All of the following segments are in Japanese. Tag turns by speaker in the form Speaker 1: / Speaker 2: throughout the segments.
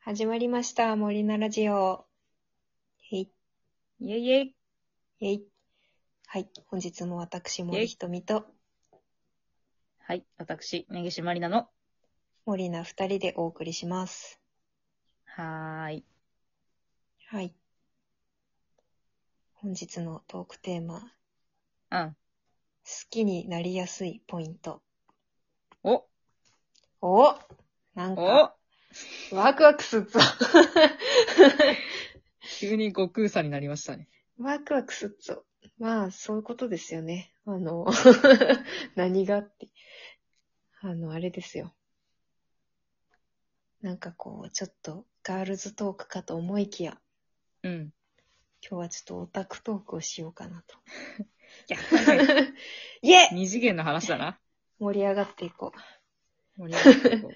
Speaker 1: 始まりました、森菜ラジオ。へい、
Speaker 2: イェイイェイ
Speaker 1: へい。はい、本日も私、森ひとみと
Speaker 2: はい、私、根岸まりなの。
Speaker 1: 森菜二人でお送りします。
Speaker 2: はーい。
Speaker 1: はい。本日のトークテーマ、好
Speaker 2: うん。
Speaker 1: きになりやすいポイント。
Speaker 2: お
Speaker 1: おなんか、
Speaker 2: お
Speaker 1: ワクワクすっぞ。
Speaker 2: 急に悟空さんになりましたね。
Speaker 1: ワクワクすっぞ。まあ、そういうことですよね。あの、 何がって。あの、あれですよ。なんかこう、ちょっとガールズトークかと思いきや、
Speaker 2: うん。
Speaker 1: 今日はちょっとオタクトークをしようかなと。
Speaker 2: や
Speaker 1: イエ
Speaker 2: 二次元の話だな。
Speaker 1: 盛り上がっていこう。
Speaker 2: 森ちゃ ん
Speaker 1: そう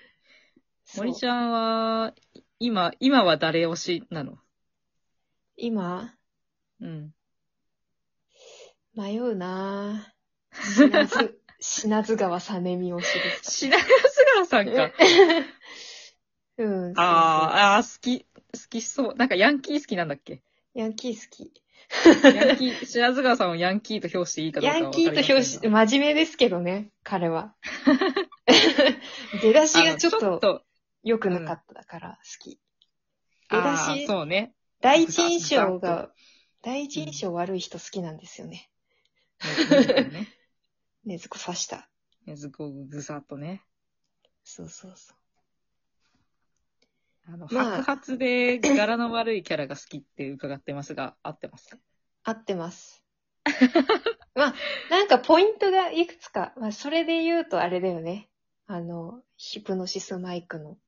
Speaker 2: 森ちゃんは、今、今は誰推しなの
Speaker 1: 今、
Speaker 2: うん。
Speaker 1: 迷うなぁ。品 津、品津川さねみ推しです。
Speaker 2: 品川菅原さ んか。
Speaker 1: うん、そうそう
Speaker 2: あー、あー好き、好きそう。なんかヤンキー好きなんだっ け
Speaker 1: ヤンキー好き。
Speaker 2: ヤンキー、品津川さんをヤンキーと表していいかどうか
Speaker 1: ヤン
Speaker 2: はわかり
Speaker 1: キー
Speaker 2: ま
Speaker 1: と
Speaker 2: せんが
Speaker 1: 表紙、真面目ですけどね、彼は。出だし
Speaker 2: あ
Speaker 1: が
Speaker 2: の
Speaker 1: ちょっと
Speaker 2: と、
Speaker 1: 良くなかったから好き。
Speaker 2: あ
Speaker 1: 出だ
Speaker 2: ー
Speaker 1: し、
Speaker 2: そう ね。
Speaker 1: 第一印象
Speaker 2: ざっ
Speaker 1: が、第一印象悪い人好きなんですよね。
Speaker 2: ね
Speaker 1: ねずこ刺した。
Speaker 2: ねずこぐさっとね。
Speaker 1: そうそうそう。
Speaker 2: あの、
Speaker 1: まあ
Speaker 2: 白髪で柄の悪いキャラが好きって伺ってます が、合ってますか
Speaker 1: 合って ます。まあ、なんかポイントがいくつか。まあ、それで言うとあれだよね。あの、ヒプノシスマイクの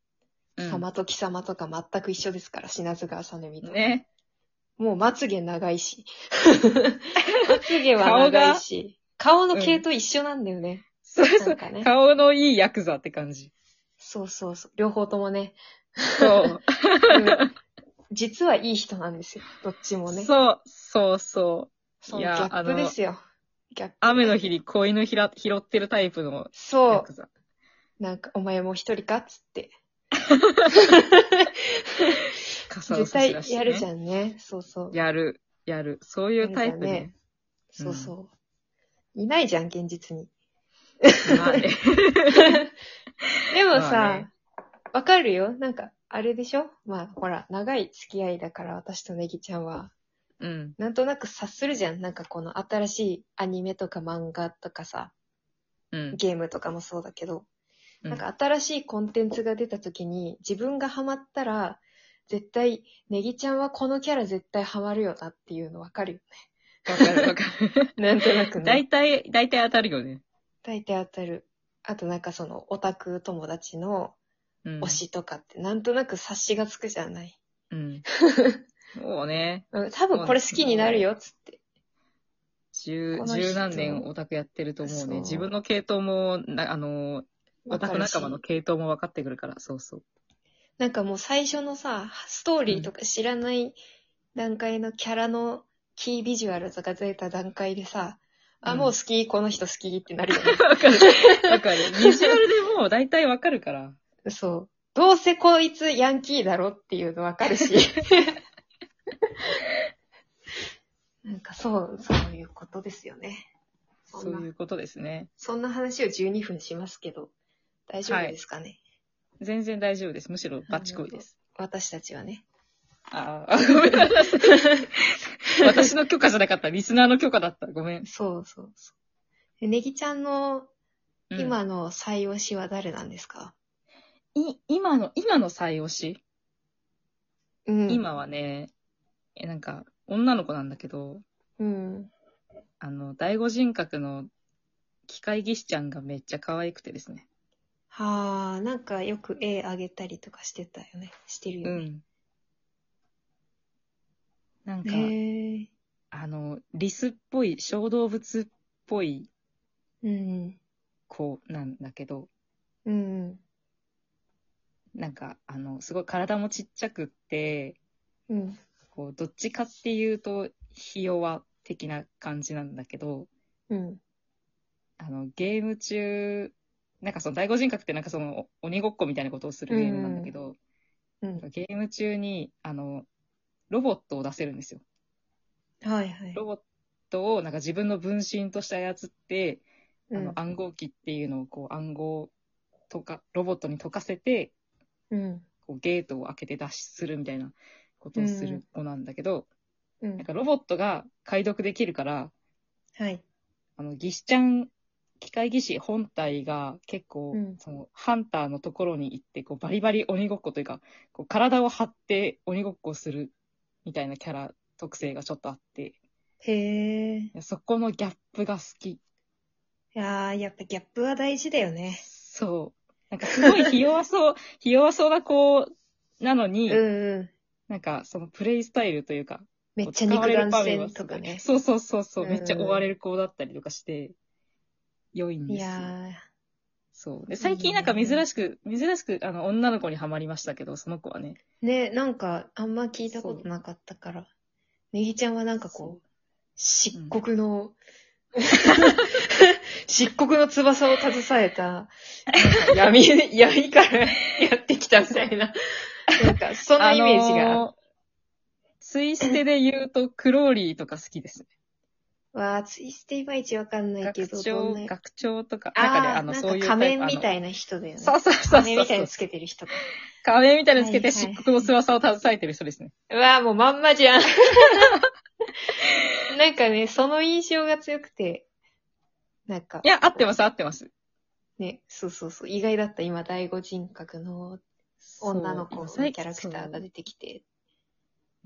Speaker 2: うん、
Speaker 1: 様と貴様とか全く一緒ですから、品津川さねみと。
Speaker 2: ね。
Speaker 1: もうまつげ長いし。まつげは
Speaker 2: 顔が
Speaker 1: 長いし。顔の系統一緒なんだよね。
Speaker 2: そうそ
Speaker 1: な。
Speaker 2: うん
Speaker 1: かね。
Speaker 2: 顔のいいヤクザって感じ。
Speaker 1: そうそうそう。両方ともね。
Speaker 2: そう。
Speaker 1: うん実はいい人なんですよ。どっち もね。
Speaker 2: そう、そうそう。
Speaker 1: そのギ
Speaker 2: いや
Speaker 1: ャップですよ。ギャップ。
Speaker 2: 雨の日に子犬ひら拾ってるタイプの
Speaker 1: そ
Speaker 2: ヤ
Speaker 1: う
Speaker 2: ク。ザ。
Speaker 1: なんか、お前も一人かっつって。
Speaker 2: 傘を
Speaker 1: 絶
Speaker 2: 差し
Speaker 1: 対
Speaker 2: 出して、ね。
Speaker 1: やるじゃんね。そうそう。
Speaker 2: やる、やる。そういうタイプ
Speaker 1: や
Speaker 2: ね。うん
Speaker 1: そうそう。いないじゃん、現実に。
Speaker 2: まあね
Speaker 1: でもさ、
Speaker 2: ま
Speaker 1: わ
Speaker 2: あ、ね
Speaker 1: かるよ。なんか、あれでしょまあ、ほら、長い付き合いだから、私とネギちゃんは。
Speaker 2: うん。
Speaker 1: なんとなく察するじゃん。なんかこの新しいアニメとか漫画とかさ、
Speaker 2: うん。
Speaker 1: ゲームとかもそうだけど、
Speaker 2: うん
Speaker 1: なんか新しいコンテンツが出た時に、自分がハマったら、絶対、ネギちゃんはこのキャラ絶対ハマるよなっていうのわかるよ
Speaker 2: わかるわか る。
Speaker 1: ね。なんとなくね。
Speaker 2: 大体、大体当たるよね。
Speaker 1: 大体当たる。あとなんかその、オタク友達の
Speaker 2: うん。
Speaker 1: 推しとかって、なんとなく察しがつくじゃない。
Speaker 2: うん。そうね。
Speaker 1: うん、多分これ好きになるよ、つって。
Speaker 2: 十
Speaker 1: こ、の人
Speaker 2: 十何年オタクやってると思う
Speaker 1: そう
Speaker 2: ね。自分の系統も、なあのー、オタク仲間の
Speaker 1: わかるし
Speaker 2: 系統も分かってくるから、そうそう。
Speaker 1: なんかもう最初のさ、ストーリーとか知らない段階のキャラのキービジュアルとか出た段階でさ、あ、
Speaker 2: うん
Speaker 1: もう好き、この人好きってな るよ
Speaker 2: わかる。わかる。 ビジュアルでもう大体わかるから。
Speaker 1: ね。そう。どうせこいつヤンキーだろっていうのわかる し。なんかそう、そういうことですよね。そ
Speaker 2: そ
Speaker 1: んな
Speaker 2: ういうことですね。
Speaker 1: そんな話を12分しますけど、大丈夫ですかね、
Speaker 2: 全然大丈夫です。むしろバッチコイです。
Speaker 1: 私たちはね。
Speaker 2: ああ、ごめんなさい。 私の許可じゃなかった。リスナーの許可だった。ごめん。
Speaker 1: そうそうそう。ネギちゃんの
Speaker 2: うん、
Speaker 1: 今の最推しは誰なんですか、
Speaker 2: い、今の、今の最推し、
Speaker 1: うん、
Speaker 2: 今はね、え、なんか、女の子なんだけど、
Speaker 1: うん。
Speaker 2: あの、第五人格の機械技師ちゃんがめっちゃ可愛くてですね。
Speaker 1: はあ、なんかよく絵あげたりとかしてたよね。してる
Speaker 2: う
Speaker 1: よね。
Speaker 2: ん。なんか、
Speaker 1: へえ。
Speaker 2: あの、リスっぽい、小動物っぽい
Speaker 1: うん。
Speaker 2: 子なんだけど、
Speaker 1: うん。
Speaker 2: なんか、あの、すごい体もちっちゃくって、
Speaker 1: うん。
Speaker 2: こう、どっちかっていうと、ひ弱的な感じなんだけど、
Speaker 1: うん。
Speaker 2: あの、ゲーム中、なんかその、第五人格ってなんかその、お鬼ごっこみたいなことをするゲームなんだけど、
Speaker 1: うん。
Speaker 2: ゲーム中に、あの、ロボットを出せるんですよ。
Speaker 1: はいはい。
Speaker 2: ロボットをなんか自分の分身として操って、あ
Speaker 1: うん
Speaker 2: の暗号機っていうのをこう暗号とか、ロボットに解かせて、
Speaker 1: うん。
Speaker 2: こうゲートを開けて脱出するみたいなことをする子なんだけど、
Speaker 1: うん
Speaker 2: なん。かロボットが解読できるから、
Speaker 1: はい。
Speaker 2: あの、技師ちゃん、機械技師本体が結構、
Speaker 1: うん
Speaker 2: その、ハンターのところに行って、こう、バリバリ鬼ごっこというか、こう、体を張って鬼ごっこをするみたいなキャラ特性がちょっとあって、い
Speaker 1: へえ。い
Speaker 2: やそこのギャップが好き。
Speaker 1: やー、やっぱギャップは大事だよね。
Speaker 2: そう。なんかすごいひ弱そう、 ひ弱そうな子なの
Speaker 1: う
Speaker 2: に、
Speaker 1: んうん。
Speaker 2: なんかそのプレイスタイルというか、
Speaker 1: め
Speaker 2: こ
Speaker 1: っ
Speaker 2: う
Speaker 1: ちゃ肉眼
Speaker 2: 使われる場面は
Speaker 1: 戦
Speaker 2: す
Speaker 1: と
Speaker 2: ご
Speaker 1: か
Speaker 2: い
Speaker 1: ね。
Speaker 2: そうそうそうそう、
Speaker 1: うん
Speaker 2: めっちゃ追われる子だったりとかして、良いん
Speaker 1: い
Speaker 2: ですよ。
Speaker 1: や
Speaker 2: そう。で、最近なんか珍しく、珍しく、あの、女の子にはまりましたけど、その子はね。
Speaker 1: ー、ね、なんかあんま聞いたことなかったから。ネギちゃんはなんかこう、漆黒の、漆黒の翼を携えた、なんか闇、闇からやってきたみたいな。なんか、そんなイメージが。
Speaker 2: あのーツイステで言うと、クローリーとか好きですね。
Speaker 1: わあ、ツイステいまいちわかんないけ
Speaker 2: 学
Speaker 1: ど、
Speaker 2: 長
Speaker 1: どん、な
Speaker 2: 学長とか、
Speaker 1: あ
Speaker 2: なんかね、
Speaker 1: ー
Speaker 2: あの、そういうタイプ。
Speaker 1: 仮面みた
Speaker 2: い
Speaker 1: いな人だよね。
Speaker 2: そうそうそうそう。
Speaker 1: 仮面みたいなのつけてる人か。
Speaker 2: 仮面みたいなのつけて、
Speaker 1: はいはい
Speaker 2: 漆黒の翼を携えてる人ですね。
Speaker 1: うわあ、もうまんまじゃん。 なんかね、その印象が強くて、なんか
Speaker 2: い、や、合ってます、合ってます。
Speaker 1: ね、そうそうそう、意外だった今、第五人格の女の子のキ
Speaker 2: そう
Speaker 1: ャラクターが出てきて。
Speaker 2: そう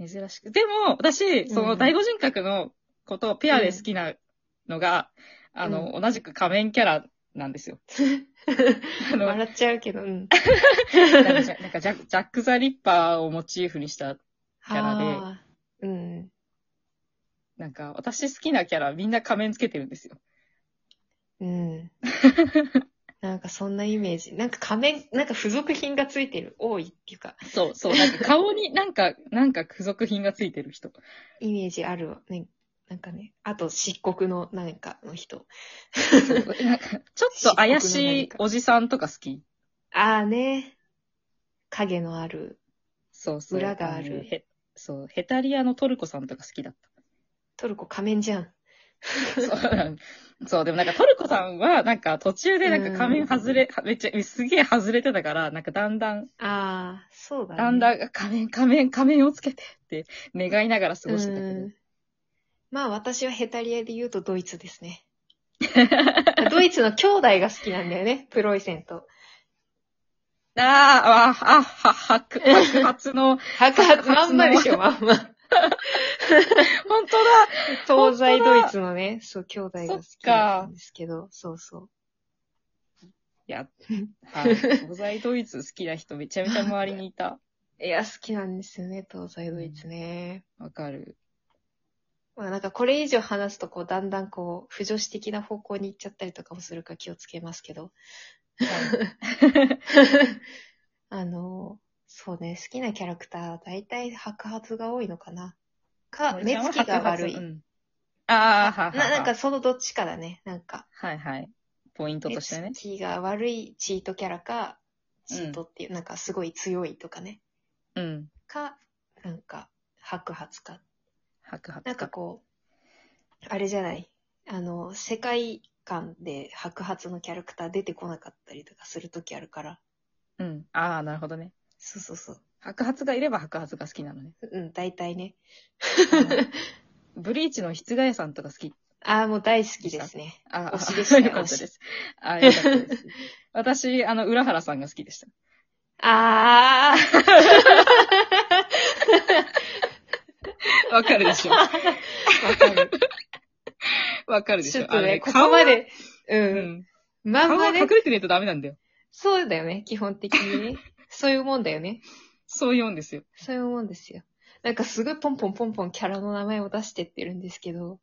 Speaker 2: 珍しく。でも、私、そうの、
Speaker 1: ん
Speaker 2: 第五人格のことをペアで好きなのが、あの、同じく仮面キャラなんですよ。あの、
Speaker 1: 笑っちゃうけど、うん。
Speaker 2: なんかジャなんかジャジャック・ザ・リッパーをモチーフにした、キャラで
Speaker 1: あーうん。
Speaker 2: なんか私好きなキャラみんな仮面つけてるんですよ。
Speaker 1: うん。なんかそんなイメージ。なんか仮面、なんか付属品がついてる。多いっていうか、
Speaker 2: そうそう。なんか顔になんか、なんか付属品がついてる人。
Speaker 1: イメージあるわ。ね、なんかね。あと、漆黒のなんかの人。
Speaker 2: そうなんかちょっと怪しいおじさんとか好き。
Speaker 1: ああね。影のある。
Speaker 2: そうそう。
Speaker 1: 裏がある
Speaker 2: のへそう。ヘタリアのトルコさんとか好きだっ
Speaker 1: トルコ仮面じゃん。
Speaker 2: た。そう。そう、 でもなんかトルコさんはなんか途中でなんか仮面外れ、はめっちゃ、すげえ外れてたから、なんかだんだん、
Speaker 1: ああ、そうだね。
Speaker 2: だんだん仮面、仮面、仮面をつけてって願いながら過ごしてたけど。
Speaker 1: うんまあ私はヘタリアで言うとドイツです ね。ドイツの兄弟が好きなんだよね。プロイセンと。
Speaker 2: あーあ、あ、は、白、白髪の、
Speaker 1: 白髪、まんまでしょ、まんま。
Speaker 2: 本当だ
Speaker 1: 東西ドイツのね、そう、兄弟が好きだったんですけど、そうそう。
Speaker 2: いや、はい。 東西ドイツ好きな人めちゃめちゃ周りにいた。
Speaker 1: いや、好きなんですよね、東西ドイツね。
Speaker 2: わかる。
Speaker 1: まあなんかこれ以上話すと、こう、だんだんこう、不女子的な方向に行っちゃったりとかもするから気をつけますけど。 あの、そうね、好きなキャラクター、だいたい白髪が多いのかな。か、 目つきが悪い。
Speaker 2: うんああ、ははは。
Speaker 1: ななんか、そのどっちかだね。なんか、
Speaker 2: はいはい。ポイント
Speaker 1: 目
Speaker 2: としてね
Speaker 1: つ。きが悪いチートキャラか、
Speaker 2: うん
Speaker 1: チートっていう、なんかすごい強いとかね。
Speaker 2: うん。
Speaker 1: か、なんか、白髪か。
Speaker 2: 白髪。
Speaker 1: なんかこう、あれじゃない。あの、世界観で白髪のキャラクター出てこなかったりとかするときあるから。
Speaker 2: うん。ああ、なるほどね。
Speaker 1: そうそうそう。
Speaker 2: 白髪がいれば白髪が好きな のね。
Speaker 1: うん、大体ね。
Speaker 2: あのブリーチの室外さんとか好き。
Speaker 1: ああ、もう大好きですね。
Speaker 2: ああ、
Speaker 1: 推しでした
Speaker 2: よかったです。ああ、よかったです。私、あの、浦原さんが好きでした。
Speaker 1: ああ、
Speaker 2: わかるでしょ。
Speaker 1: わかる。
Speaker 2: わかるでし
Speaker 1: ち
Speaker 2: ょ。
Speaker 1: ょっと
Speaker 2: あの
Speaker 1: ね、ここま。で、う、
Speaker 2: 顔がうんん。
Speaker 1: まん
Speaker 2: 顔が
Speaker 1: ま
Speaker 2: 隠
Speaker 1: ね、
Speaker 2: れてるとダメなんだよ。
Speaker 1: そうだよね、基本的に ね。そういうもんだよね。
Speaker 2: そういうんで すよ。
Speaker 1: そういうもんですよ。なんかすごいポンポンポンポンキャラの名前を出してってるんですけど、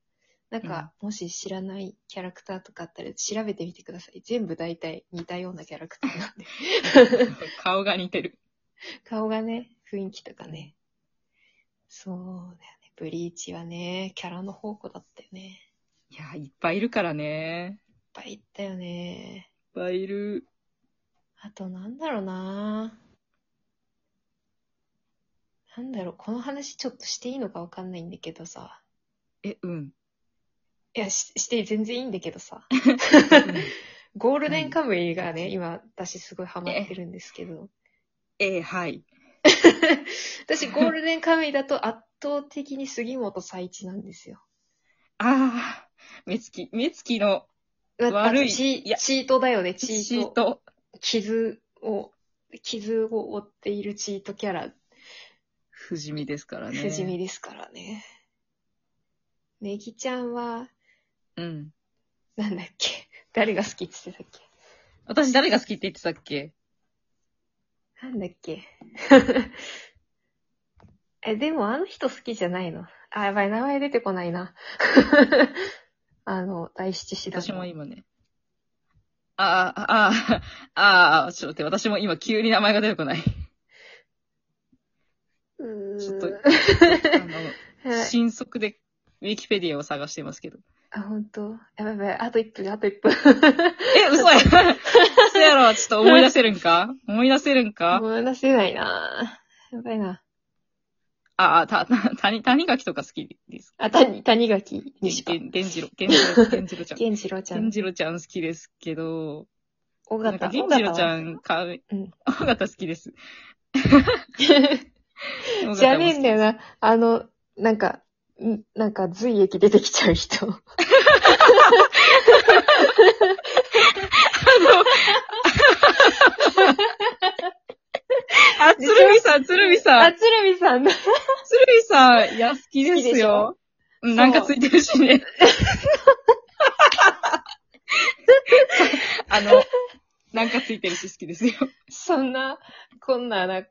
Speaker 1: なんか、もし知らないキャラクターとかあったら調べてみてください。全部大体似たようなキャラクターなんで。
Speaker 2: 顔が似てる。
Speaker 1: 顔がね、雰囲気とかね。そうだよね。ブリーチはね、キャラの宝庫だったよね。いっ
Speaker 2: いや、いっぱいいるからね。
Speaker 1: ぱいいったよね。
Speaker 2: いっぱいいる。
Speaker 1: あとなんだろうななんだろう、この話ちょっとしていいのかわかんないんだけどさ。
Speaker 2: え、うん。
Speaker 1: いや、しして全然いいんだけどさ。ゴールデンカムイがね、今、私すごいハマってるんですけど。
Speaker 2: え、はい。
Speaker 1: 私、ゴールデンカムイだと圧倒的に杉本佐一なんですよ。
Speaker 2: ああ、目つき、目つきの
Speaker 1: うわ
Speaker 2: 悪い
Speaker 1: あチ
Speaker 2: いや
Speaker 1: チートだよね、チ
Speaker 2: チ
Speaker 1: ート。
Speaker 2: ート。
Speaker 1: 傷を、傷を負っているチートキャラ、
Speaker 2: 不死身ですからね。
Speaker 1: 不死身。ですからね。ネギちゃんは、
Speaker 2: うん。
Speaker 1: なんだっけ誰が好きって言ってたっ
Speaker 2: 私誰が好きって言ってたっけ
Speaker 1: けなんだっけ え、でもあの人好きじゃないのあ、やばい、名前出てこないな。 あの、大七師だ。
Speaker 2: 私も今ね。ああ、ああ、ああ、ちょっと待って、私も今急に名前が出てこない。
Speaker 1: うーん
Speaker 2: ちょっとあの、
Speaker 1: はい
Speaker 2: 新速でウィキペディアを探してますけど。
Speaker 1: あ、本当。やばいやばい、あと1分、あと1分。
Speaker 2: え、嘘や嘘やろちょっと思い出せるんか思い出せる んか
Speaker 1: 思い出せないなやばいな。
Speaker 2: ああ、た、た、谷、谷垣とか好きです。
Speaker 1: あ、谷、谷垣
Speaker 2: で、
Speaker 1: 西
Speaker 2: で、
Speaker 1: 川。
Speaker 2: でんじろ、でんじろ、でんじろちゃん。
Speaker 1: 源次郎ちゃ
Speaker 2: で
Speaker 1: ん
Speaker 2: ん。じろちゃん好きですけど、
Speaker 1: 尾
Speaker 2: なんか、
Speaker 1: 形。
Speaker 2: で
Speaker 1: 尾
Speaker 2: んじろ
Speaker 1: 形
Speaker 2: ちゃ
Speaker 1: は。
Speaker 2: ん、か、うん
Speaker 1: うん。
Speaker 2: 尾形好きです。
Speaker 1: じゃねえんだよ
Speaker 2: な。
Speaker 1: な。あの、なんか、んなんか、髄液出てきちゃう人。
Speaker 2: あ、鶴見 さん、鶴見さん
Speaker 1: あ、。鶴見さんだ。
Speaker 2: 鶴見さん、いや、好きですよ。うんなんかついてるしね。 あの、なんかついてるし好きですよ。
Speaker 1: そんな、こんな、な、